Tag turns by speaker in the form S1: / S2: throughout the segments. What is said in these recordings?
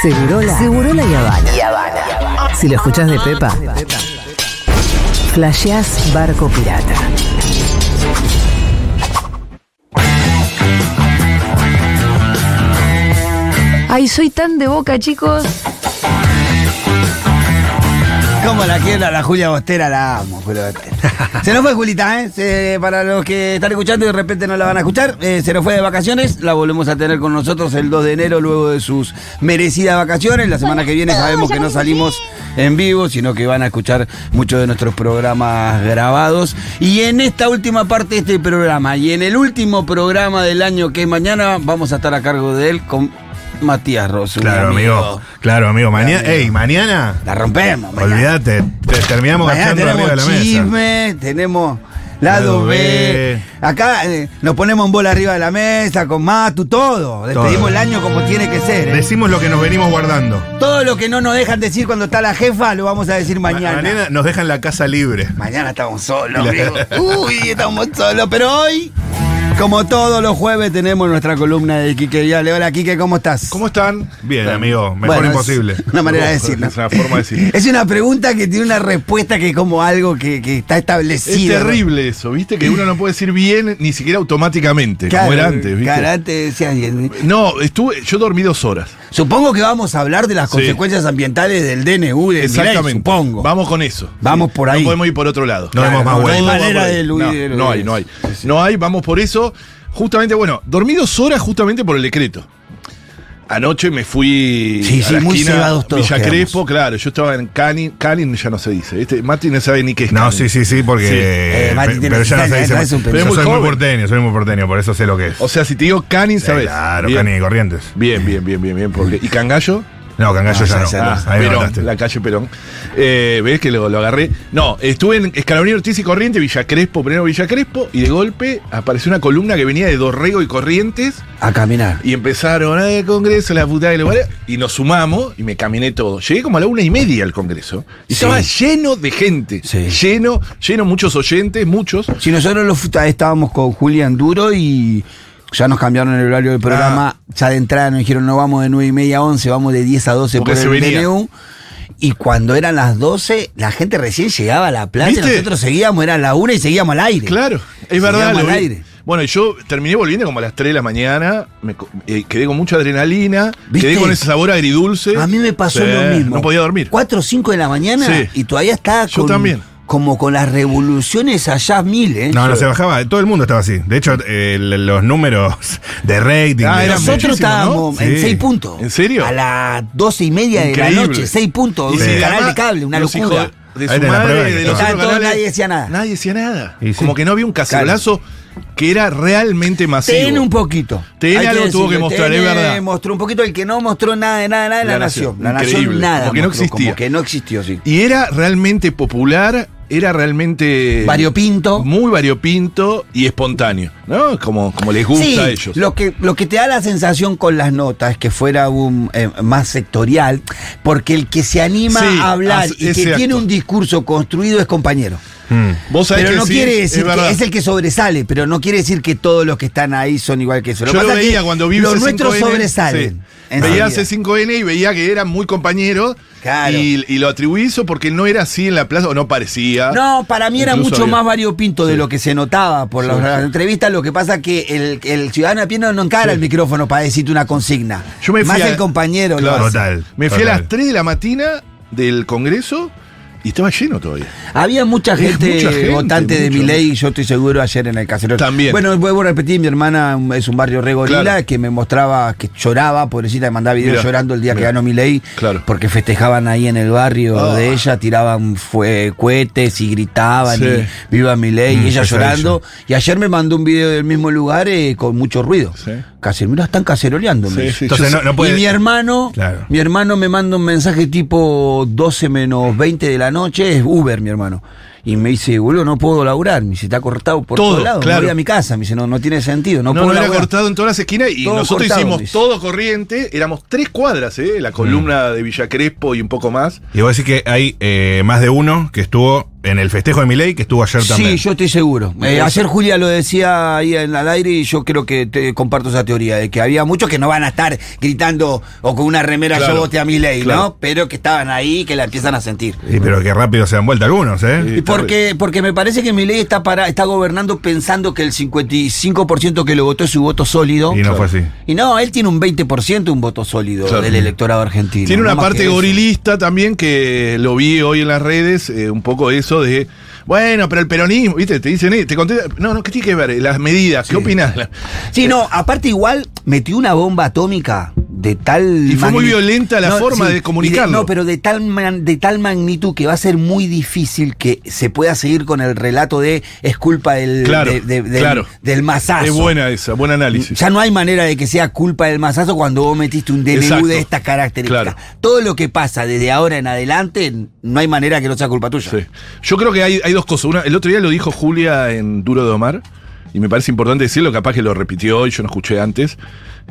S1: Segurola. Segurola y Habana. Si lo escuchás de Pepa, flasheás barco pirata.
S2: Ay, soy tan de boca, chicos.
S3: Como la quiero a la Julia Bostera, la amo, Julia Bostera. Se nos fue Julita, ¿eh? Se- para los que están escuchando y de repente no la van a escuchar, eh, se nos fue de vacaciones, la volvemos a tener con nosotros el 2 de enero luego de sus merecidas vacaciones. La semana que viene sabemos que no salimos en vivo, sino que van a escuchar muchos de nuestros programas grabados. Y en esta última parte de este programa y en el último programa del año que es mañana, vamos a estar a cargo de él con Matías Rosso. mi
S4: Claro, amigo. Claro, amigo. Mañana, ey, mañana.
S3: La rompemos. mañana.
S4: Olvídate. te- terminamos
S3: Mañana
S4: gastando arriba de la
S3: tenemos
S4: mesa.
S3: chisme, tenemos lado
S4: Lado
S3: B.
S4: B.
S3: Acá eh, nos ponemos en bola arriba de la mesa, con Matu, todo. Despedimos
S4: Todo.
S3: el año como tiene que ser. ¿eh?
S4: Decimos lo que nos venimos guardando.
S3: Todo lo que no nos dejan decir cuando está la jefa, lo vamos a decir mañana.
S4: Ma- mañana nos dejan la casa libre.
S3: Mañana estamos solos, amigo. Uy, estamos solos, pero hoy, como todos los jueves, tenemos nuestra columna de Quique Viale. Hola, Quique, ¿cómo estás?
S4: ¿Cómo están? Bien, amigo. Mejor
S3: Bueno, es
S4: imposible.
S3: Una manera de decirlo.
S4: Es una forma de decir.
S3: Es una pregunta que tiene una respuesta que es como algo que, que está
S4: Es
S3: establecido. ¿no?
S4: terrible eso, ¿viste? Que uno no puede decir bien ni siquiera automáticamente,
S3: Claro,
S4: como era antes, ¿viste?
S3: claro, antes decías bien.
S4: No, estuve, yo dormí dos horas.
S3: ¿eh? Supongo que vamos a hablar de las
S4: Sí.
S3: consecuencias ambientales del DNU de Milei, supongo.
S4: Vamos con eso.
S3: Vamos por ahí.
S4: No podemos ir por otro lado.
S3: Claro,
S4: demos
S3: no
S4: vueltas.
S3: hay manera
S4: Vamos por ahí.
S3: de eludir- de
S4: No, no hay,
S3: eludir
S4: no hay.
S3: eso.
S4: No hay, vamos por eso. Justamente, bueno, dormí dos horas justamente por el decreto. Anoche me fui
S3: Sí, sí,
S4: a la
S3: muy
S4: esquina,
S3: cebados todos
S4: Villa
S3: quedamos.
S4: Crespo, claro. Yo estaba en Canin. Canin ya no se dice. ¿viste? Mati no sabe ni qué es
S5: No,
S4: Canin.
S5: sí, sí, sí, porque.
S4: Sí.
S3: Eh, Mati
S5: pe-
S3: tiene
S5: pero ya no se
S3: Italia,
S5: dice.
S3: no es un
S5: Yo
S4: pendejo.
S5: soy
S4: Pero es
S5: muy
S4: muy
S5: porteño, soy muy porteño, por eso sé lo que es.
S4: O sea, si te digo Canin,
S5: Sí,
S4: sabes.
S5: Claro,
S4: bien,
S5: Cani y Corrientes.
S4: Bien, bien, bien, bien, bien. porque- ¿Y Cangallo?
S5: No, Cangallo
S3: No,
S5: ya
S3: ya-
S5: no.
S3: ya
S4: Ah,
S5: Ahí me
S4: Perón,
S5: mataste.
S4: la calle Perón. Eh, ¿Ves que lo, lo agarré? No, estuve en Escalabrini Ortiz y Corrientes, Villa Crespo, primero Villa Crespo, y de golpe apareció una columna que venía de Dorrego y Corrientes,
S3: A caminar.
S4: y empezaron, "Ay, el Congreso, la puta que lo parió", y nos sumamos, y me caminé todo. Llegué como a la una y media al Congreso, y
S3: Sí.
S4: estaba lleno de gente,
S3: Sí.
S4: lleno, lleno, muchos oyentes, muchos.
S3: Si nosotros los fut- estábamos con Julián Duro y ya nos cambiaron el horario del
S4: Ah.
S3: programa, ya de entrada nos dijeron no vamos de 9 y media a 11, vamos de 10 a 12
S4: Porque
S3: por
S4: se
S3: el
S4: venía.
S3: DNU. Y cuando eran las 12, la gente recién llegaba a la playa, y
S4: ¿Viste?
S3: nosotros seguíamos, era la 1 y seguíamos al aire.
S4: Claro, es
S3: Seguíamos
S4: verdad.
S3: al
S4: lo vi.
S3: aire.
S4: Bueno, y yo terminé volviendo como a las 3 de la mañana, me co- eh, quedé con mucha adrenalina,
S3: ¿Viste?
S4: quedé con ese sabor agridulce.
S3: A mí me pasó
S4: Sí,
S3: lo mismo.
S4: No podía dormir.
S3: 4 o 5 de la mañana
S4: Sí.
S3: y todavía estaba
S4: Yo
S3: con-
S4: también.
S3: como con las revoluciones allá mil, ¿eh?
S5: No, no se bajaba, todo el mundo estaba así. De hecho, eh, los números de rating.
S4: Ah,
S5: de-
S4: eran
S3: Nosotros
S4: muchísimo,
S3: estábamos
S5: ¿no?
S3: en
S5: Sí.
S3: 6 puntos.
S4: ¿En serio?
S3: A las 12 y media de la
S4: Increíble.
S3: noche, 6 puntos.
S4: Y
S3: Un
S4: si
S3: canal
S4: además,
S3: de cable, una
S4: los
S3: locura.
S4: hijos De
S5: Ahí
S4: su
S5: tenés la prueba
S4: madre,
S5: que
S4: de los
S5: estaba.
S4: otros
S3: Todo,
S4: canales,
S3: nadie decía nada.
S4: Nadie decía nada.
S5: Y sí.
S4: Como que no había un cacerolazo que era realmente masivo.
S3: TN un poquito.
S4: TN
S3: Hay
S4: algo tuvo que
S3: decirlo,
S4: mostrar, es verdad.
S3: mostró un poquito el que no mostró nada de nada de nada de la,
S4: La
S3: nación.
S4: Nación.
S3: La nación
S4: Increíble,
S3: nada.
S4: como que no
S3: mostró, Como
S4: existía.
S3: que no existió, sí.
S4: Y era realmente popular, era realmente.
S3: Variopinto.
S4: Muy variopinto y espontáneo, ¿no? Como, como les gusta
S3: Sí,
S4: a ellos.
S3: Lo que, lo que te da la sensación con las notas es que fuera un, eh, más sectorial, porque el que se anima
S4: Sí,
S3: a hablar
S4: as-
S3: y que
S4: exacto.
S3: tiene un discurso construido es compañero.
S5: Mm.
S4: Vos sabés
S3: Pero
S4: que
S3: no
S4: sí,
S3: quiere
S4: es
S3: decir que
S4: verdad.
S3: es el que sobresale, pero no quiere decir que todos los que están ahí son igual que eso.
S4: Yo lo
S3: pasa es que
S4: veía cuando vi
S3: Los
S4: C5N,
S3: nuestros sobresalen.
S4: sí. Veía
S3: enseguida.
S4: C5N y veía que eran muy compañeros.
S3: Claro.
S4: Y, y lo atribuí eso porque no era así en la plaza o no parecía.
S3: No, para mí era
S4: Incluso
S3: mucho
S4: había-
S3: más variopinto de lo que se notaba por las,
S4: Sí,
S3: las
S4: sí.
S3: entrevistas. Lo que pasa que el, el ciudadano de pie no no encara el micrófono para decirte una consigna.
S4: Yo me fui
S3: Más
S4: a-
S3: el compañero. lo
S4: Claro.
S3: hace.
S5: Total.
S4: Me fui a
S5: total.
S4: las 3 de la mañana del Congreso y estaba lleno todavía.
S3: Había mucha
S4: Es
S3: gente,
S4: mucha gente,
S3: votante de
S4: mucho.
S3: mi yo estoy seguro, ayer en el caserón.
S4: También.
S3: Bueno, vuelvo a repetir, mi hermana es un barrio regorila
S4: Claro.
S3: que me mostraba que lloraba, pobrecita, me mandaba videos
S4: Mirá,
S3: llorando el día que
S4: mirá.
S3: ganó mi
S4: Claro.
S3: porque festejaban ahí en el barrio
S4: Ah.
S3: de ella, tiraban fue, cohetes y gritaban,
S4: Sí.
S3: y viva mi
S5: Mm,
S3: y ella
S5: pesadilla.
S3: llorando. Y ayer me mandó un video del mismo lugar eh, con mucho ruido.
S4: Sí.
S3: Casi, mirá, están caceroleando. me
S4: Sí,
S3: dice.
S4: sí,
S5: Entonces
S4: yo
S5: no, no puede.
S3: Y mi hermano,
S5: Claro.
S3: mi hermano me manda un mensaje tipo 12 menos 20 de la noche, es Uber, mi hermano. Y me dice, boludo, no puedo laburar. Me dice, está cortado por
S4: Todo,
S3: todos lados.
S4: claro.
S3: Me voy a mi casa. Me dice, no, no tiene sentido. No,
S4: No, no,
S3: puedo
S4: era
S3: laburar.
S4: cortado en todas las esquinas y
S3: Todo
S4: nosotros
S3: cortado,
S4: hicimos
S3: dice.
S4: todo corriente. Éramos tres cuadras, ¿eh? La columna de Villa Crespo y un poco más.
S5: Y voy a decir que hay eh, más de uno que estuvo en el festejo de Milei que estuvo ayer
S3: Sí,
S5: también.
S3: yo estoy seguro. Eh, ayer Julia lo decía ahí en al aire y yo creo que te comparto esa teoría de que había muchos que no van a estar gritando o con una remera
S4: Claro,
S3: yo voté a mi ley,
S4: claro.
S3: ¿no? Pero que estaban ahí que la empiezan a sentir.
S5: Sí, pero que rápido se dan vuelta algunos,
S4: Sí.
S5: ¿eh?
S3: Y porque, porque me parece que mi ley está, para, está gobernando pensando que el 55% que lo votó es su voto sólido.
S5: Y no fue así.
S3: Y no, él tiene un 20% un voto sólido
S4: Claro.
S3: del electorado argentino.
S4: Tiene una
S3: nada más que
S4: parte
S3: eso.
S4: gorilista también que lo vi hoy en las redes, eh, un poco eso de. Bueno, pero el peronismo, ¿viste? Te dicen, eh, te contesta, no, no, ¿qué tiene que ver? Las medidas, ¿qué opinas?
S3: Sí, no, aparte igual metió una bomba atómica de tal
S4: Y fue muy
S3: magni-
S4: violenta la forma de
S3: y
S4: comunicarlo.
S3: no, pero de tal man- de tal magnitud que va a ser muy difícil que se pueda seguir con el relato de es culpa del
S4: Claro,
S3: de- de- del,
S4: claro.
S3: del masazo.
S4: Es buena esa, buen análisis.
S3: Ya no hay manera de que sea culpa del masazo cuando vos metiste un DNU
S4: Exacto.
S3: de estas características.
S4: Claro.
S3: Todo lo que pasa desde ahora en adelante, no hay manera que no sea culpa tuya.
S4: Sí. Yo creo que hay, hay dos cosas. Una, el otro día lo dijo Julia en Duro de Omar, y me parece importante decirlo, capaz que lo repitió y yo no escuché antes.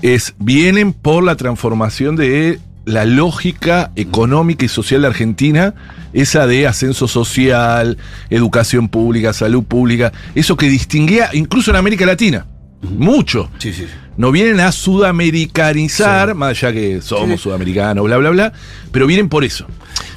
S4: Es vienen por la transformación de la lógica económica y social de Argentina, esa de ascenso social, educación pública, salud pública, eso que distinguía incluso en América Latina. Mucho.
S3: Sí, sí, sí.
S4: No vienen a sudamericanizar, más allá que somos sudamericanos, bla, bla, bla, pero vienen por eso.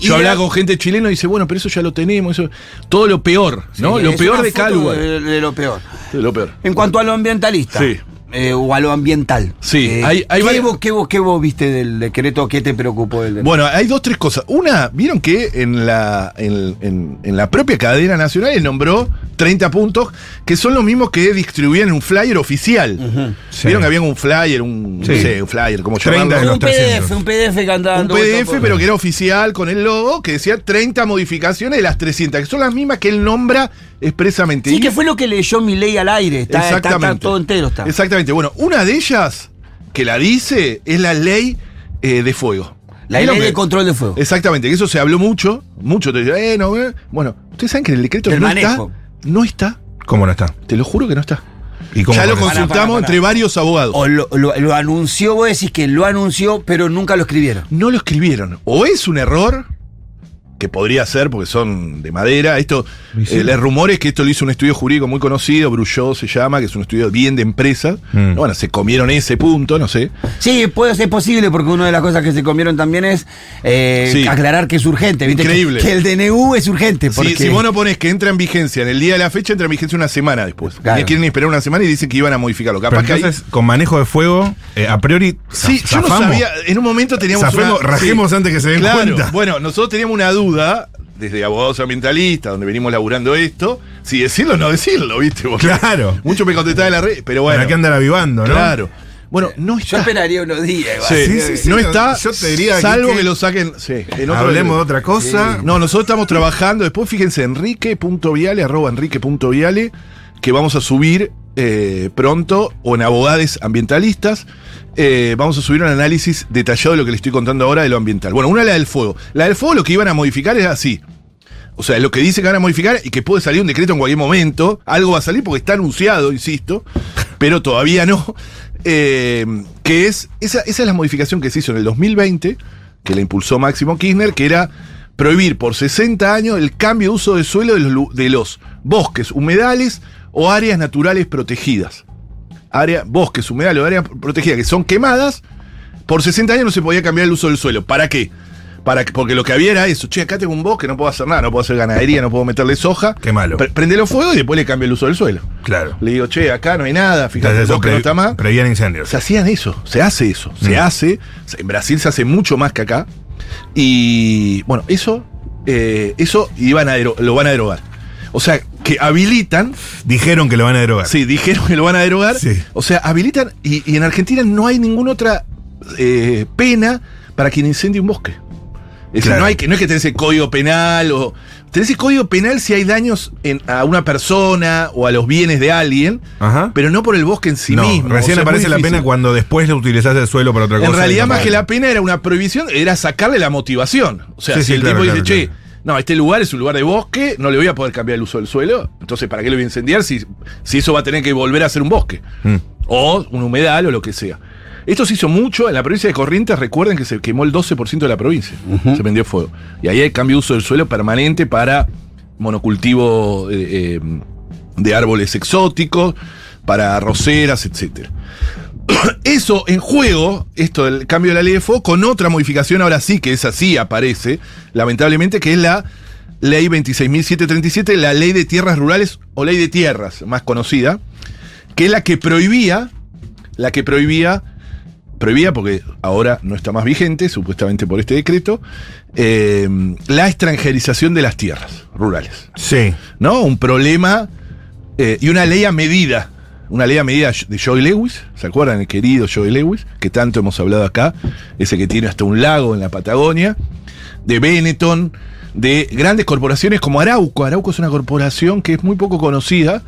S3: Y
S4: Yo hablaba
S3: la-
S4: con gente chilena y dice, bueno, pero eso ya lo tenemos, eso, todo lo peor, ¿no?
S3: Sí,
S4: lo
S3: es
S4: peor
S3: una
S4: de cada
S3: foto
S4: lugar.
S3: de- de lo peor.
S4: Lo peor.
S3: En cuanto a lo ambientalista.
S4: Sí.
S3: eh, o a lo ambiental.
S4: Sí,
S3: Eh,
S4: hay- hay
S3: ¿qué,
S4: varias-
S3: vos, qué vos- qué vos viste del decreto? ¿Qué te preocupó del decreto?
S4: Bueno, hay dos, tres cosas. Una, vieron que en la, en, en- en la propia cadena nacional les nombró 30 puntos, que son los mismos que distribuían en un flyer oficial.
S5: Sí.
S4: Vieron que había un flyer, un, no
S5: Sí.
S4: sé, un flyer, como
S5: 30
S4: llamarlo.
S5: de los
S3: un PDF,
S5: 300.
S3: un PDF que andaba
S4: Un
S3: dando vuelta
S4: PDF,
S3: por-
S4: pero que era oficial con el logo, que decía 30 modificaciones de las 300, que son las mismas que él nombra expresamente.
S3: Sí,
S4: Y-
S3: que fue lo que leyó mi ley al aire. Está, está- está todo entero. Está.
S4: Exactamente. Bueno, una de ellas que la dice es la ley eh, de fuego.
S3: La
S4: ¿Vieron
S3: ley
S4: que-
S3: de control de fuego.
S4: Exactamente, que eso se habló mucho, mucho. Te decía, eh, no, eh. Bueno, ustedes saben que en el decreto
S3: Del
S4: no
S3: manejo.
S4: está. No está.
S5: ¿Cómo no está?
S4: Te lo juro que no está.
S5: ¿Y cómo
S4: Ya lo
S5: parece?
S4: consultamos
S3: Pará, pará, pará.
S4: entre varios abogados.
S3: O lo, lo- lo anunció, vos decís que lo anunció, pero nunca lo escribieron.
S4: no lo escribieron. O es un error, que podría ser porque son de madera. Esto, eh, los rumores que esto lo hizo un estudio jurídico muy conocido, Brulló se llama, que es un estudio bien de empresa.
S5: Mm.
S4: Bueno, se comieron ese punto, no sé.
S3: Sí, puede ser posible, porque una de las cosas que se comieron también es eh,
S4: Sí.
S3: aclarar que es urgente. ¿viste?
S4: Increíble.
S3: Que, que el DNU es urgente.
S4: Si,
S3: Porque...
S4: si vos no pones que entra en vigencia en el día de la fecha, entra en vigencia una semana después.
S3: Claro.
S4: Y quieren esperar una semana y dicen que iban a modificarlo.
S5: Pero
S4: Capaz que ahí-
S5: entonces, con manejo de fuego, eh, a priori.
S4: Sí,
S5: za-
S4: yo no
S5: zafamos.
S4: sabía. En un momento teníamos
S5: Zafemos,
S4: una-
S5: rajemos antes que se den
S4: Claro,
S5: cuenta.
S4: Bueno, nosotros teníamos una duda, desde abogados ambientalistas, donde venimos laburando esto, si decirlo o no decirlo, ¿viste? Porque
S5: Claro.
S4: Mucho me contestaba en la red, pero bueno.
S5: Para que andar avivando, ¿no?
S4: Claro. Bueno, no
S3: Yo
S4: está.
S3: esperaría unos días. igual.
S5: Sí,
S4: Sí,
S5: sí, sí,
S4: no
S5: no,
S4: está.
S5: yo te diría
S4: salvo que,
S5: que-
S4: lo saquen. Sí, en otro
S5: Hablemos de otra cosa.
S4: No, nosotros estamos trabajando. Después fíjense, enrique.viale, arroba enrique.viale, que vamos a subir eh, pronto, o en abogades ambientalistas, eh, vamos a subir un análisis detallado de lo que le estoy contando ahora de lo ambiental. Bueno, una es la del fuego. La del fuego lo que iban a modificar es así. O sea, lo que dice que van a modificar y que puede salir un decreto en cualquier momento. Algo va a salir porque está anunciado, insisto, pero todavía no. Eh, que es, esa, esa es la modificación que se hizo en el 2020, que la impulsó Máximo Kirchner, que era prohibir por 60 años el cambio de uso de suelo de los, lu- de los bosques, humedales o áreas naturales protegidas. Área, bosques, humedales o áreas protegidas que son quemadas, por 60 años no se podía cambiar el uso del suelo. ¿Para qué? Para, que- porque lo que había era eso. Che, acá tengo un bosque, no puedo hacer nada, no puedo hacer ganadería, no puedo meterle soja.
S5: Qué malo.
S4: Pre- prendelo fuego y después le cambio el uso del suelo.
S5: Claro.
S4: Le digo, che, acá no hay nada, fíjate,
S5: Entonces,
S4: el
S5: eso
S4: bosque no
S5: previ-
S4: está más.
S5: prevían incendios.
S4: Se hacían eso, se hace eso, se
S5: Mm.
S4: hace. se- En Brasil se hace mucho más que acá. Y bueno, eso, eh, eso y van a dero- lo van a derogar. O sea, que habilitan,
S5: Dijeron que lo van a derogar.
S4: sí, dijeron que lo van a derogar.
S5: Sí.
S4: O sea, habilitan, y, y en Argentina no hay ninguna otra eh, pena para quien incendie un bosque. Es decir,
S5: Claro.
S4: no, hay que, no es que tenés el código penal o. Tenés el código penal si hay daños en- a una persona o a los bienes de alguien,
S5: Ajá.
S4: pero no por el bosque en sí
S5: no,
S4: mismo.
S5: recién
S4: O sea, es
S5: aparece
S4: muy
S5: la
S4: difícil.
S5: pena cuando después lo utilizás el suelo para otra cosa.
S4: En realidad,
S5: y
S4: más
S5: no
S4: que
S5: vale.
S4: la pena era una prohibición, era sacarle la motivación. O sea,
S5: Sí,
S4: si
S5: sí,
S4: el
S5: claro,
S4: tipo
S5: claro,
S4: dice, che,
S5: claro.
S4: no, este lugar es un lugar de bosque, no le voy a poder cambiar el uso del suelo, entonces ¿para qué lo voy a incendiar si, si eso va a tener que volver a ser un bosque?
S5: Mm.
S4: O un humedal o lo que sea. Esto se hizo mucho en la provincia de Corrientes, recuerden que se quemó el 12% de la provincia, se prendió fuego. Y ahí hay cambio de uso del suelo permanente para monocultivo eh, eh, de árboles exóticos, para roseras, etcétera. Eso en juego, esto del cambio de la ley de fuego, con otra modificación ahora sí, que esa sí aparece, lamentablemente, que es la ley 26.737, la ley de tierras rurales o ley de tierras, más conocida, que es la que prohibía, la que prohibía, prohibía porque ahora no está más vigente, supuestamente por este decreto, eh, la extranjerización de las tierras rurales.
S5: Sí.
S4: ¿no? Un problema eh, y una ley a medida. Una ley a medida de Joy Lewis, ¿se acuerdan? El querido Joy Lewis, que tanto hemos hablado acá, ese que tiene hasta un lago en la Patagonia, de Benetton, de grandes corporaciones como Arauco. Arauco es una corporación que es muy poco conocida,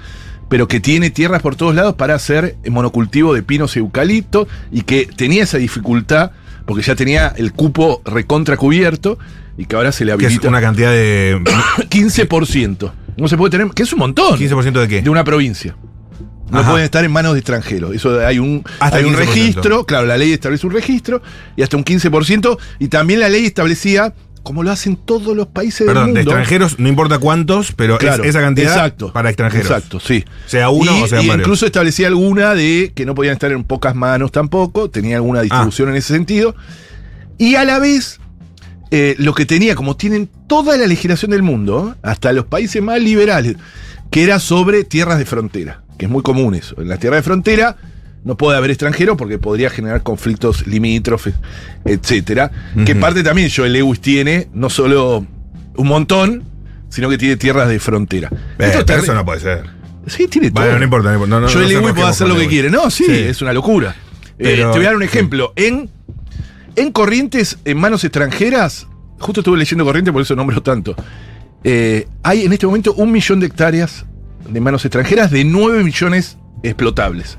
S4: pero que tiene tierras por todos lados para hacer monocultivo de pinos y eucalipto y que tenía esa dificultad porque ya tenía el cupo recontra cubierto y que ahora se le
S5: Que es
S4: habilita
S5: una cantidad de.
S4: 15%. No se puede tener, que es un montón.
S5: 15% de qué?
S4: de una provincia. No
S5: Ajá.
S4: pueden estar en manos de extranjeros. Eso hay un,
S5: Hasta
S4: hay un
S5: 15%.
S4: registro, claro, la ley establece un registro y hasta un 15%. Y también la ley establecía, como lo hacen todos los países
S5: Perdón,
S4: del
S5: de
S4: mundo.
S5: extranjeros, no importa cuántos, pero es
S4: Claro,
S5: esa cantidad
S4: exacto,
S5: para extranjeros.
S4: Exacto, sí.
S5: Sea uno
S4: y,
S5: o sea
S4: y
S5: varios.
S4: incluso establecía alguna de que no podían estar en pocas manos tampoco,
S5: Ah.
S4: tenía alguna distribución en ese sentido. Y a la vez, eh, lo que tenía, como tienen toda la legislación del mundo, ¿eh? hasta los países más liberales, que era sobre tierras de frontera, que es muy común eso. En las tierras de frontera no puede haber extranjero porque podría generar conflictos limítrofes, etcétera. Que
S5: Ujú.
S4: parte también Joel Lewis tiene, no solo un montón, sino que tiene tierras de frontera.
S5: Eh,
S4: Esto es
S5: pero
S4: terri-
S5: eso no puede ser.
S4: Sí, tiene todo.
S5: Vale, no importa, no importa. No, no, no
S4: Joel
S5: se
S4: Lewis
S5: enrosquemos
S4: puede hacer
S5: con
S4: lo que
S5: Lewis.
S4: quiere. No, sí,
S5: Sí.
S4: es una locura.
S5: Pero-
S4: Eh, te voy a dar un ejemplo. En, en Corrientes, en manos extranjeras, justo estuve leyendo Corrientes, por eso nombro tanto. eh, hay en este momento un millón de hectáreas de manos extranjeras de 9 millones explotables.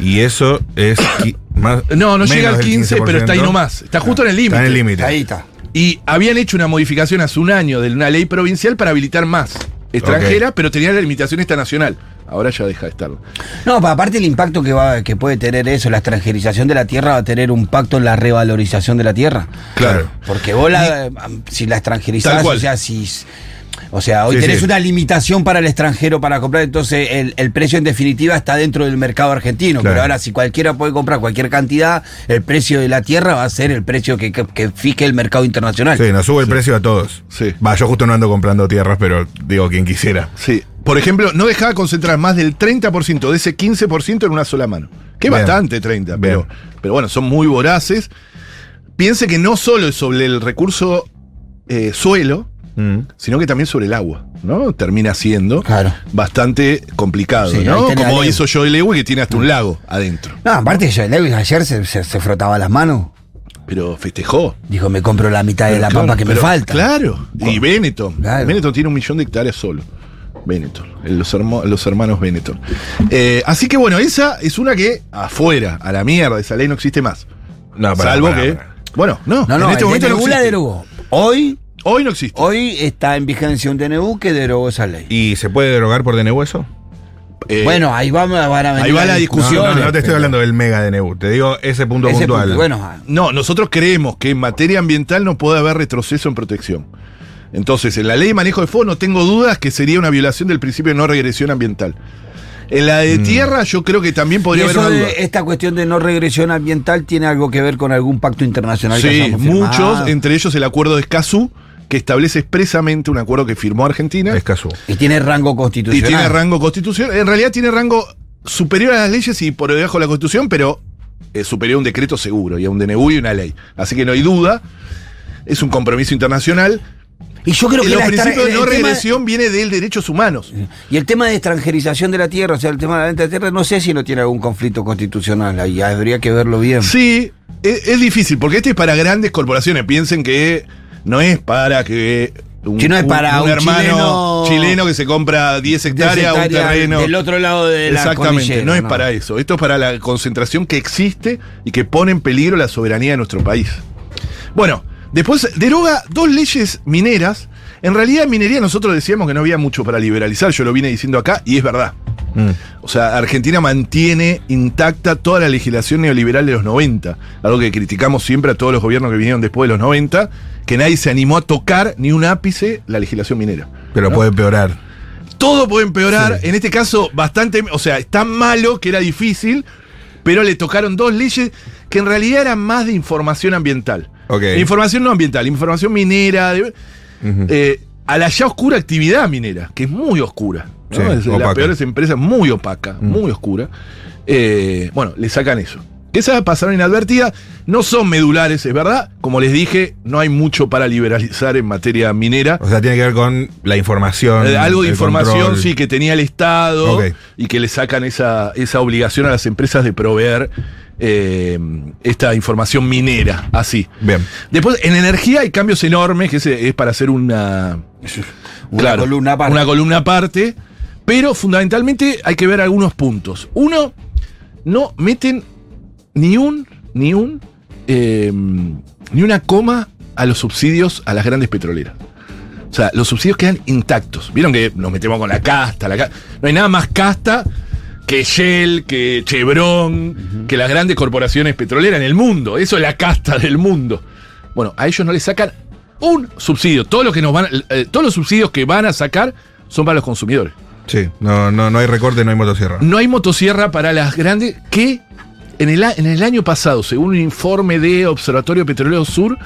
S5: Y eso es. qui- más-
S4: No, no
S5: menos
S4: llega al
S5: del
S4: 15, pero está ahí nomás. Está justo en el límite.
S5: Está en el límite.
S3: Ahí está.
S4: Y habían hecho una modificación hace un año de una ley provincial para habilitar más extranjeras, pero tenía la limitación esta nacional. Ahora ya deja de estarlo.
S3: No, pa- aparte el impacto que va, que puede tener eso, la extranjerización de la tierra va a tener un impacto en la revalorización de la tierra.
S5: Claro.
S3: Porque vos la, eh, si la extranjerizás,
S4: Tal cual.
S3: o sea, si. O sea, hoy
S5: Sí,
S3: tenés
S5: sí.
S3: una limitación para el extranjero para comprar, entonces el, el precio en definitiva está dentro del mercado argentino.
S5: Claro.
S3: Pero ahora, si cualquiera puede comprar cualquier cantidad, el precio de la tierra va a ser el precio que, que- que fije el mercado internacional.
S5: Sí, nos sube el precio a todos.
S4: Sí.
S5: Va, yo justo no ando comprando tierras, pero digo quien quisiera.
S4: Sí. Por ejemplo, no dejaba concentrar más del 30% de ese 15% en una sola mano. Que es
S5: Bien.
S4: bastante 30, pero,
S5: Bien.
S4: pero bueno, son muy voraces. Piense que no solo es sobre el recurso eh, suelo,
S5: Mm.
S4: sino que también sobre el agua, ¿no? Termina siendo
S3: Claro.
S4: bastante complicado,
S3: Sí, ahí
S4: ¿no?
S3: tenés la
S4: Como
S3: ley.
S4: hizo Joe Lewis, que tiene hasta un lago adentro.
S3: No, aparte, yo, Lewis ayer se, se- se frotaba las manos.
S4: Pero festejó.
S3: Dijo, me compro la mitad de la
S4: Claro,
S3: pampa que me
S4: pero-
S3: falta.
S4: Claro. Y Benetton.
S3: Claro.
S4: Benetton tiene un millón de hectáreas solo. Benetton. Los, hermo- los hermanos Benetton. Eh, así que bueno, esa es una que afuera, a la mierda, esa ley no existe más.
S3: Ah,
S5: No, pará,
S4: Salvo
S5: pará,
S4: que.
S5: pará.
S4: Bueno, no.
S3: No, no,
S4: en este
S3: el
S4: momento no
S3: DNU la
S4: existe.
S3: derogó. Hoy,
S4: Hoy no existe.
S3: hoy está en vigencia un DNU que derogó esa ley.
S5: ¿Y se puede derogar por DNU eso?
S4: Eh,
S3: bueno, ahí vamos, van a venir
S4: ahí va la
S3: las
S4: discusión.
S5: No,
S3: discusiones.
S5: no, no te estoy hablando del mega DNU, te digo ese punto
S3: Ese
S5: puntual.
S3: punto, bueno, ah,
S4: No, nosotros creemos que en materia ambiental no puede haber retroceso en protección. Entonces, en la ley de manejo de fuego no tengo dudas que sería una violación del principio de no regresión ambiental. En la de tierra yo creo que también podría
S3: Mm. Y
S4: haber
S3: eso
S4: una
S3: de-
S4: duda.
S3: esta cuestión de no regresión ambiental tiene algo que ver con algún pacto internacional que
S4: Sí,
S3: hayamos
S4: muchos,
S3: firmado.
S4: entre ellos el acuerdo de Escazú, que establece expresamente un acuerdo que firmó Argentina
S5: es Cazú.
S3: y tiene rango
S4: y
S3: constitucional.
S4: tiene rango constitucional. En realidad tiene rango superior a las leyes y por debajo de la constitución, pero eh, superior a un decreto seguro y a un DNU y una ley. Así que no hay duda, es un compromiso internacional.
S3: Y yo creo que
S4: El
S3: la extra-
S4: principio de
S3: el
S4: no
S3: tema-
S4: regresión viene de derechos humanos.
S3: y el tema de extranjerización de la tierra, o sea, el tema de la venta de tierra, no sé si no tiene algún conflicto constitucional ahí, habría que verlo bien.
S4: Sí, es, es difícil, porque este es para grandes corporaciones. Piensen que no es para que. Un,
S3: Si no es para un
S4: hermano
S3: chileno-
S4: que se compra 10
S3: De
S4: hectáreas,
S3: sectaria
S4: un terreno.
S3: Del otro lado de la
S4: Exactamente,
S3: cordillera,
S4: no es para eso. Esto es para la concentración que existe y que pone en peligro la soberanía de nuestro país. Bueno, después deroga dos leyes mineras En realidad, en minería nosotros decíamos que no había mucho para liberalizar, yo lo vine diciendo acá y es verdad.
S5: Mm.
S4: O sea, Argentina mantiene intacta toda la legislación neoliberal de los 90, algo que criticamos siempre a todos los gobiernos que vinieron después de los 90, que nadie se animó a tocar ni un ápice la legislación minera.
S5: Pero
S4: ¿no?
S5: puede empeorar.
S4: Todo puede empeorar, en este caso bastante, o sea, es tan malo que era difícil, pero le tocaron dos leyes que en realidad eran más de información ambiental.
S5: Ok.
S4: Información no ambiental, información minera, de- eh, a la ya oscura actividad minera, que es muy oscura. ¿no?
S5: Sí,
S4: es de
S5: opaca. Mm.
S4: las peores empresas, muy opaca, muy oscura. Eh, bueno, le sacan eso. Que esas pasaron inadvertidas, no son medulares, es verdad. Como les dije, no hay mucho para liberalizar en materia minera.
S5: O sea, tiene que ver con la información.
S4: Eh, algo de
S5: el
S4: información
S5: control.
S4: sí que tenía el Estado
S5: Ok.
S4: y que le sacan esa, esa obligación a las empresas de proveer eh, esta información minera, así.
S5: Bien.
S4: Después, en energía hay cambios enormes, que ese es para hacer una,
S3: Una
S4: Claro,
S3: columna aparte.
S4: Una columna aparte. Pero fundamentalmente hay que ver algunos puntos. Uno, no meten ni un, ni un, eh, ni una coma a los subsidios a las grandes petroleras. O sea, los subsidios quedan intactos. Vieron que nos metemos con la casta, la casta. No hay nada más casta que Shell, que Chevron, que las grandes corporaciones petroleras en el mundo. Eso es la casta del mundo. Bueno, a ellos no les sacan un subsidio. Todos los que nos van, eh, todos los subsidios que van a sacar son para los consumidores.
S5: Sí, no, no, no hay recorte, no hay motosierra.
S4: No hay motosierra para las grandes que en el, a- en el año pasado, según un informe de Observatorio Petrolero Sur,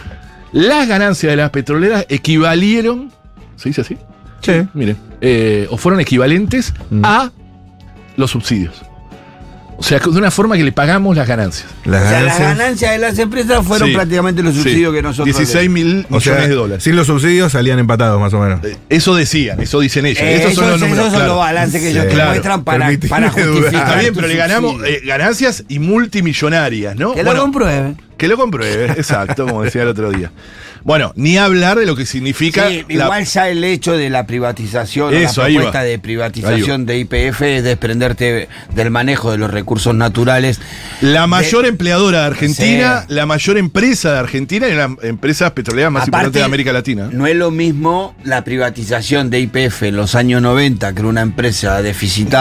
S4: las ganancias de las petroleras equivalieron, ¿se dice así?
S5: Sí.
S4: Miren, eh, o fueron equivalentes
S3: Mm.
S4: a los subsidios. O sea, de una forma que le pagamos las ganancias.
S5: Las
S3: O sea, las
S5: ganancias.
S3: ganancias de las empresas fueron
S4: Sí.
S3: prácticamente los subsidios
S4: Sí.
S3: que nosotros.
S4: 16 mil
S5: o
S4: millones
S5: sea,
S4: de dólares.
S5: Sin los subsidios salían empatados, más o menos.
S4: Eh, Eso decían, eso dicen ellos.
S3: Eh,
S4: Esos son los
S3: esos
S4: números.
S3: son
S4: claro.
S3: los balances que
S5: Sí,
S3: ellos te
S4: claro.
S3: muestran para,
S5: Permitime
S3: para justificar.
S5: dudar.
S4: Está bien,
S3: tu
S4: pero le ganamos
S3: subsidio.
S4: eh, ganancias y multimillonarias, ¿no?
S3: que lo
S4: Bueno,
S3: comprueben.
S4: Que lo compruebe, exacto, como decía el otro día. Bueno, ni hablar de lo que significa.
S3: Sí,
S4: la-
S3: igual ya el hecho de la privatización, o
S4: Eso,
S3: la
S4: ahí
S3: propuesta
S4: va.
S3: de privatización de IPF es desprenderte del manejo de los recursos naturales.
S4: La mayor empleadora de Argentina,
S3: Sí.
S4: la mayor empresa de Argentina y las empresas petroleras más importante de América Latina.
S3: No es lo mismo la privatización de IPF en los años 90, que era una empresa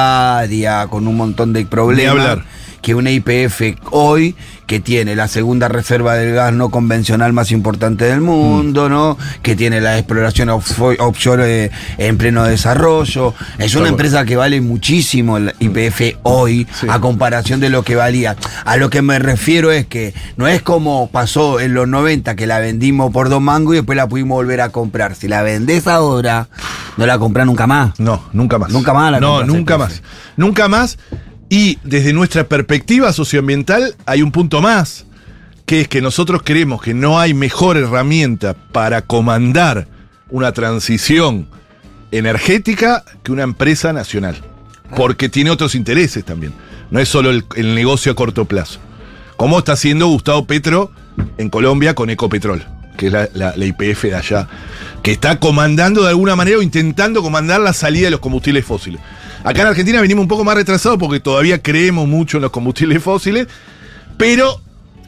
S3: deficitaria, con un montón de problemas.
S4: Ni hablar.
S3: Que una IPF hoy, que tiene la segunda reserva del gas no convencional más importante del mundo, ¿no? Que tiene la exploración offshore offshore, eh, en pleno desarrollo. Es una
S4: Tal cual.
S3: empresa que vale muchísimo el IPF hoy,
S4: Sí.
S3: a comparación de lo que valía. A lo que me refiero es que no es como pasó en los 90 que la vendimos por dos mangos y después la pudimos volver a comprar. Si la vendés ahora, no la comprás nunca más.
S4: No, nunca más.
S3: Nunca más la
S4: No,
S3: compras,
S4: nunca más.
S3: entonces.
S4: Nunca más. Y desde nuestra perspectiva socioambiental hay un punto más, que es que nosotros creemos que no hay mejor herramienta para comandar una transición energética que una empresa nacional.
S3: Ah.
S4: Porque tiene otros intereses también. No es solo el, el negocio a corto plazo. Como está haciendo Gustavo Petro en Colombia con Ecopetrol, que es la IPF de allá, que está comandando de alguna manera o intentando comandar la salida de los combustibles fósiles. Acá en Argentina venimos un poco más retrasados porque todavía creemos mucho en los combustibles fósiles, pero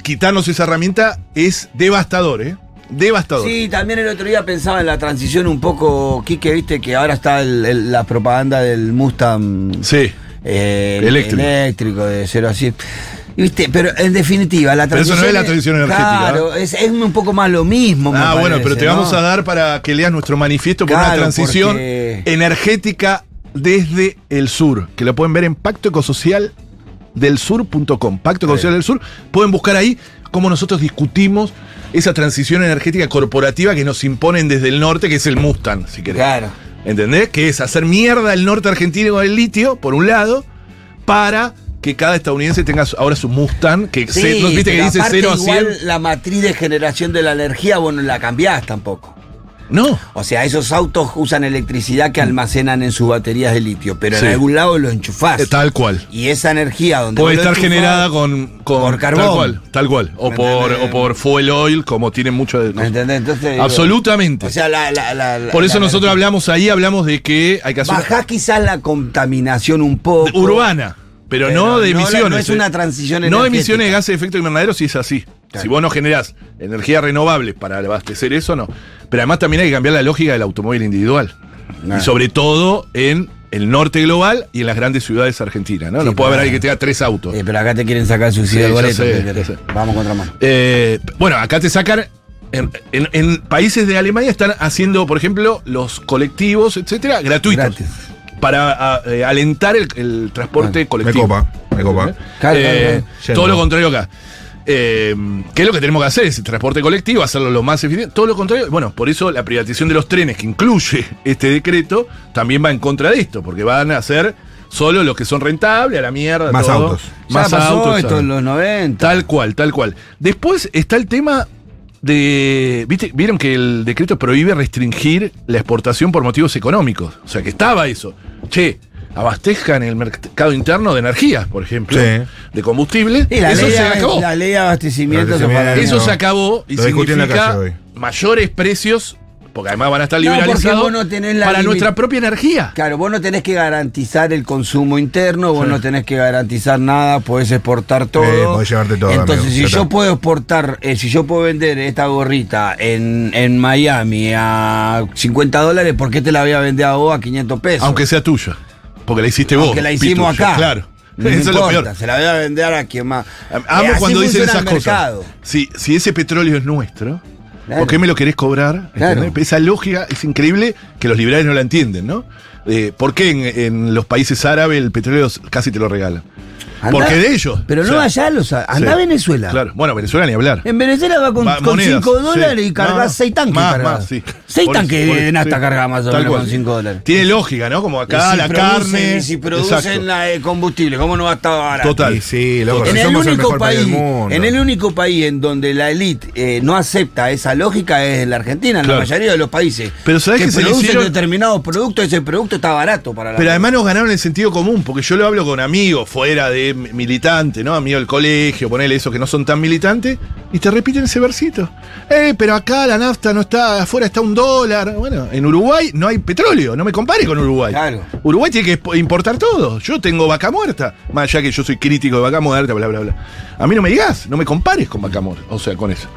S4: quitarnos esa herramienta es devastador, ¿eh? Devastador.
S3: Sí, también el otro día pensaba en la transición un poco, Quique, viste que ahora está el- el- la propaganda del Mustang
S4: Sí.
S3: eh, el-
S4: Eléctrico.
S3: eléctrico de cero así. Y viste, pero en definitiva, la
S4: Pero eso
S3: transición.
S4: no es la
S3: es-
S4: transición energética,
S3: Claro, es, es un poco más lo mismo. me
S4: Ah, bueno,
S3: parece,
S4: pero te
S3: ¿no?
S4: vamos a dar para que leas nuestro manifiesto por una
S3: Claro,
S4: transición
S3: porque-
S4: energética desde el sur, que lo pueden ver en Pacto Ecosocial del sur.com. Pacto Ecosocial del Sur. Pueden buscar ahí cómo nosotros discutimos esa transición energética corporativa que nos imponen desde el norte, que es el Mustang, si querés.
S3: Claro.
S4: ¿Entendés? Que es hacer mierda el norte argentino con el litio, por un lado, para que cada estadounidense tenga su- ahora su Mustang, que
S3: Sí,
S4: se- ¿no viste que
S3: pero
S4: dice
S3: aparte
S4: 0 a 100?
S3: igual la matriz de generación de la energía, bueno, la cambiás tampoco.
S4: No.
S3: O sea, esos autos usan electricidad que almacenan en sus baterías de litio, pero
S4: Sí.
S3: en algún lado lo enchufás.
S4: Eh, Tal cual.
S3: Y esa energía donde
S4: Puede
S3: vos lo
S4: estar
S3: enchufás-
S4: generada con, con-
S3: por carbón.
S4: Tal cual, tal cual. O
S3: ¿Me
S4: por,
S3: entendés?
S4: o por fuel oil, como tienen mucho de.
S3: ¿Me entendés? Entonces, digo,
S4: Absolutamente.
S3: O sea, la, la- la- la-
S4: por eso
S3: la-
S4: nosotros hablamos ahí, hablamos de que hay que hacer. una-
S3: Bajás quizás la contaminación un poco.
S4: urbana. Pero,
S3: Pero
S4: no de
S3: no la-
S4: emisiones.
S3: no es
S4: eh.
S3: una transición
S4: No de emisiones de
S3: energética.
S4: gases de efecto invernadero si es así. Si vos no generás energías renovables para abastecer eso, no. Pero además también hay que cambiar la lógica del automóvil individual.
S3: Nah.
S4: Y sobre todo en el norte global y en las grandes ciudades argentinas. No,
S3: Sí,
S4: no puede haber
S3: pero-
S4: alguien que tenga tres autos.
S3: Eh, pero acá te quieren sacar el suicidio
S4: Sí,
S3: del
S4: ya
S3: boleto.
S4: sé,
S3: ¿qué querés?
S4: ya sé.
S3: Vamos contra mano.
S4: Eh, bueno, acá te sacan. En, en- en países de Alemania están haciendo, por ejemplo, los colectivos, etcétera, gratuitos.
S3: Gratis.
S4: Para a- eh, alentar el, el transporte
S5: Me
S4: colectivo.
S5: copa, me copa.
S3: Claro, claro,
S4: Eh,
S3: claro.
S5: Yendo.
S4: Todo lo contrario acá. Eh, ¿Qué es lo que tenemos que hacer? Es el transporte colectivo, hacerlo lo más eficiente. Todo lo contrario. Bueno, por eso la privatización de los trenes que incluye este decreto también va en contra de esto, porque van a ser solo los que son rentables, a la mierda.
S5: Más
S4: todo.
S5: autos.
S3: Ya
S4: Más
S3: pasó
S4: autos.
S3: esto
S4: ¿sabes?
S3: en los 90.
S4: Tal cual, tal cual. Después está el tema de. ¿viste? Vieron que el decreto prohíbe restringir la exportación por motivos económicos. O sea que estaba eso. Che, abastezcan el mercado interno de energías, por ejemplo.
S5: Sí.
S4: De combustible.
S3: Y la,
S4: eso
S3: ley,
S4: se
S3: de-
S4: acabó.
S3: la ley de abastecimiento se fue a la
S5: Abastecimiento.
S4: Eso
S5: no.
S4: se acabó y
S5: Lo discutí en la
S4: significa
S5: calle hoy.
S4: mayores precios, porque además van a estar
S3: No, porque
S4: liberalizados
S3: vos no tenés la
S4: para
S3: limit-
S4: nuestra propia energía.
S3: Claro, vos no tenés que garantizar el consumo interno, vos
S4: Sí.
S3: no tenés que garantizar nada, podés exportar todo.
S5: Eh, podés llevarte todo,
S3: Entonces,
S5: amigo,
S3: si
S5: ya
S3: yo
S5: está.
S3: puedo exportar, eh, si yo puedo vender esta gorrita en, en Miami a 50 dólares, ¿por qué te la voy a vender a vos a 500 pesos?
S4: Aunque sea tuya. Porque la hiciste vos.
S3: que la hicimos
S4: Pituya,
S3: acá.
S4: Claro.
S3: No
S4: eso
S3: importa,
S4: es lo peor.
S3: se la voy a vender a quien más. Eh,
S4: Amo
S3: así
S4: cuando dicen
S3: funciona
S4: esas
S3: el
S4: cosas.
S3: mercado.
S4: Si, si ese petróleo es nuestro,
S3: Claro.
S4: ¿por qué me lo querés cobrar?
S3: Claro.
S4: ¿Entendés? Esa lógica es increíble que los liberales no la entienden, ¿no? Eh, ¿Por qué en, en los países árabes el petróleo casi te lo regalan?
S3: Andá-
S4: Porque de ellos.
S3: Pero
S4: o
S3: no
S4: sea,
S3: allá, los, a- andá
S4: sí.
S3: a Venezuela.
S4: Claro, bueno, Venezuela ni hablar.
S3: En Venezuela va
S4: Va-
S3: con
S4: monedas,
S3: 5
S4: sí.
S3: dólares y
S4: No, no.
S3: cargas 6 tanques.
S4: Más,
S3: cargas.
S4: más, sí.
S3: Seis
S4: Por
S3: tanques
S4: eso, por
S3: de
S4: eso,
S3: nafta
S4: sí.
S3: cargas más o
S4: Tal
S3: menos
S4: cual.
S3: con 5 dólares.
S4: Tiene lógica, ¿no? Como acá,
S3: Y si
S4: la
S3: producen-
S4: carne.
S3: y si
S4: Exacto.
S3: producen la, eh, combustible, ¿cómo no va a estar barato?
S4: Total.
S5: Y sí, loco,
S4: Total.
S5: si
S3: En el,
S5: somos el
S3: único
S5: mejor
S3: país,
S5: país del mundo.
S3: en el único país en donde la élite eh, no acepta esa lógica es la Argentina, en
S4: Claro.
S3: la mayoría de los países.
S4: Pero ¿sabés
S3: que,
S4: que se le
S3: producen
S4: hicieron-
S3: determinados productos, ese producto está barato para la
S4: Pero además nos ganaron el sentido común, porque yo lo hablo con amigos fuera de mi- militante, ¿no? Amigo del colegio, ponele eso que no son tan militantes, y te repiten ese versito. Eh, pero acá la nafta no está, afuera está un dólar. Bueno, en Uruguay no hay petróleo, no me compare con Uruguay.
S3: Claro.
S4: Uruguay tiene que expo- importar todo. Yo tengo vaca muerta, más allá que yo soy crítico de vaca muerta, bla, bla, bla. A mí no me digas, no me compares con vaca muerta, o sea, con eso.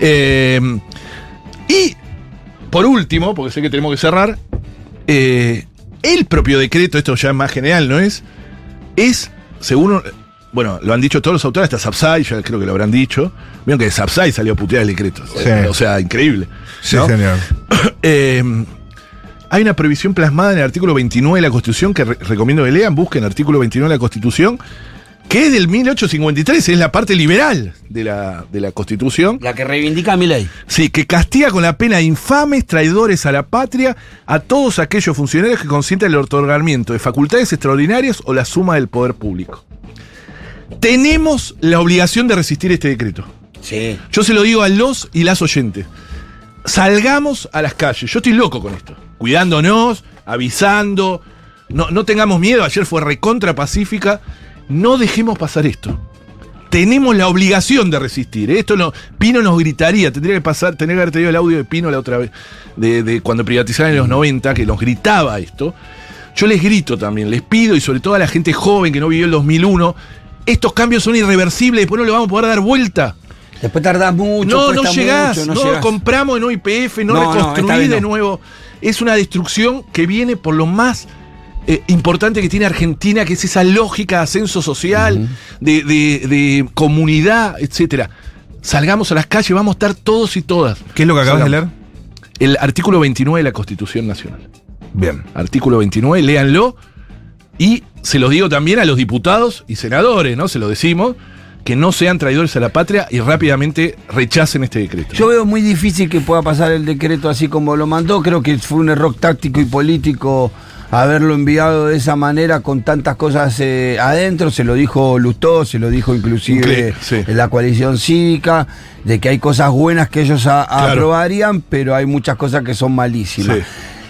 S4: Eh, y, por último, porque sé que tenemos que cerrar, eh, el propio decreto, esto ya es más general, ¿no es? Es, según, bueno, lo han dicho todos los autores, hasta Sapsay, ya creo que lo habrán dicho. Vieron que Sapsay salió a putear el decreto.
S5: Sí.
S4: O sea, increíble.
S5: Sí,
S4: ¿no?
S5: señor.
S4: Eh, hay una prohibición plasmada en el artículo 29 de la Constitución que re- recomiendo que lean, busquen artículo 29 de la Constitución, que es del 1853, es la parte liberal de la, de la Constitución.
S3: La que reivindica mi ley.
S4: Sí, que castiga con la pena a infames, traidores a la patria, a todos aquellos funcionarios que consientan el otorgamiento de facultades extraordinarias o la suma del poder público. Tenemos la obligación de resistir este decreto.
S3: Sí.
S4: Yo se lo digo a los y las oyentes. Salgamos a las calles. Yo estoy loco con esto. Cuidándonos, avisando. No, no tengamos miedo. Ayer fue recontra pacífica. No dejemos pasar esto. Tenemos la obligación de resistir. ¿eh? Esto no. Pino nos gritaría. Tendría que pasar, tendría que haber tenido el audio de Pino la otra vez. De, de cuando privatizaron en los 90, que nos gritaba esto. Yo les grito también, les pido, y sobre todo a la gente joven que no vivió el 2001, estos cambios son irreversibles, después no lo vamos a poder dar vuelta.
S3: Después tardás mucho.
S4: No, no
S3: cuesta
S4: llegás,
S3: mucho,
S4: no,
S3: llegás.
S4: compramos en IPF,
S3: No,
S4: no,
S3: no,
S4: reconstruí
S3: esta vez
S4: de
S3: no.
S4: nuevo. Es una destrucción que viene por lo más eh, importante que tiene Argentina, que es esa lógica de ascenso social, de, de- de comunidad, etcétera. Salgamos a las calles, vamos a estar todos y todas.
S5: ¿Qué es lo que acabas de leer?
S4: Salgamos. El artículo 29 de la Constitución Nacional.
S5: Bien.
S4: Artículo 29, léanlo. Y se los digo también a los diputados y senadores, ¿no? Se lo decimos, que no sean traidores a la patria y rápidamente rechacen este decreto.
S3: Yo veo muy difícil que pueda pasar el decreto así como lo mandó. Creo que fue un error táctico y político haberlo enviado de esa manera con tantas cosas eh, adentro. Se lo dijo Lustó, se lo dijo inclusive
S4: Incre- sí.
S3: la coalición cívica, de que hay cosas buenas que ellos a-
S4: Claro.
S3: aprobarían, pero hay muchas cosas que son malísimas.
S4: Sí.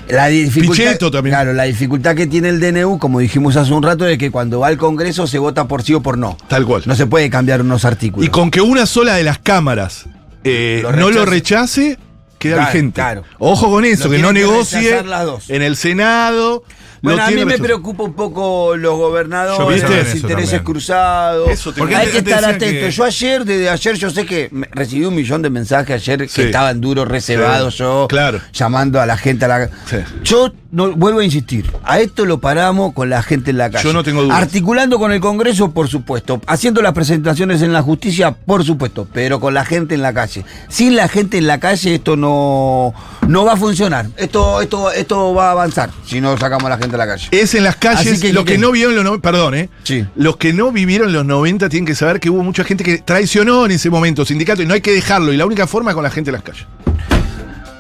S3: La dificultad,
S4: Pichetto también.
S3: Claro, la dificultad que tiene el DNU, como dijimos hace un rato, es que cuando va al Congreso se vota por sí o por no.
S4: Tal cual.
S3: No se puede cambiar unos artículos.
S4: Y con que una sola de las cámaras eh,
S3: Lo
S4: no
S3: rechace.
S4: lo rechace, queda
S3: Claro,
S4: vigente.
S3: claro.
S4: Ojo con eso,
S3: Lo
S4: que no
S3: tienen que
S4: negocie
S3: rechazar las dos.
S4: en el Senado,
S3: Bueno, a mí
S4: tiene
S3: me
S4: rechazado.
S3: preocupa un poco los
S5: Yo
S3: gobernadores,
S5: pensaba en
S3: los
S5: eso
S3: intereses
S5: también.
S3: cruzados.
S4: Eso te-
S5: Porque
S3: Hay que
S5: antes-
S3: estar
S5: antes decían
S3: atento.
S5: que-
S3: Yo ayer, desde ayer, yo sé que me- recibí un millón de mensajes ayer
S4: Sí.
S3: que estaban duros, reservados,
S4: Sí,
S3: yo
S4: claro.
S3: llamando a la gente a la.
S4: Sí.
S3: Yo no, vuelvo a insistir, a esto lo paramos con la gente en la calle.
S4: Yo no tengo dudas.
S3: Articulando con el Congreso, por supuesto. Haciendo las presentaciones en la justicia, por supuesto. Pero con la gente en la calle. Sin la gente en la calle, esto no, no va a funcionar. Esto, esto, esto va a avanzar si no sacamos a la gente a la calle. Eh,
S4: Es en las calles,
S3: Así que,
S4: los que
S3: ¿qué?
S4: no vieron los no- perdón, eh.
S3: Sí.
S4: Los que no vivieron los 90 tienen que saber que hubo mucha gente que traicionó en ese momento sindicato y no hay que dejarlo. Y la única forma es con la gente en las calles.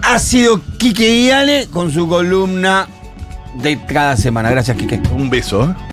S3: Ha sido Quique Iale con su columna de cada semana. Gracias, Quique.
S4: Un beso, ¿eh?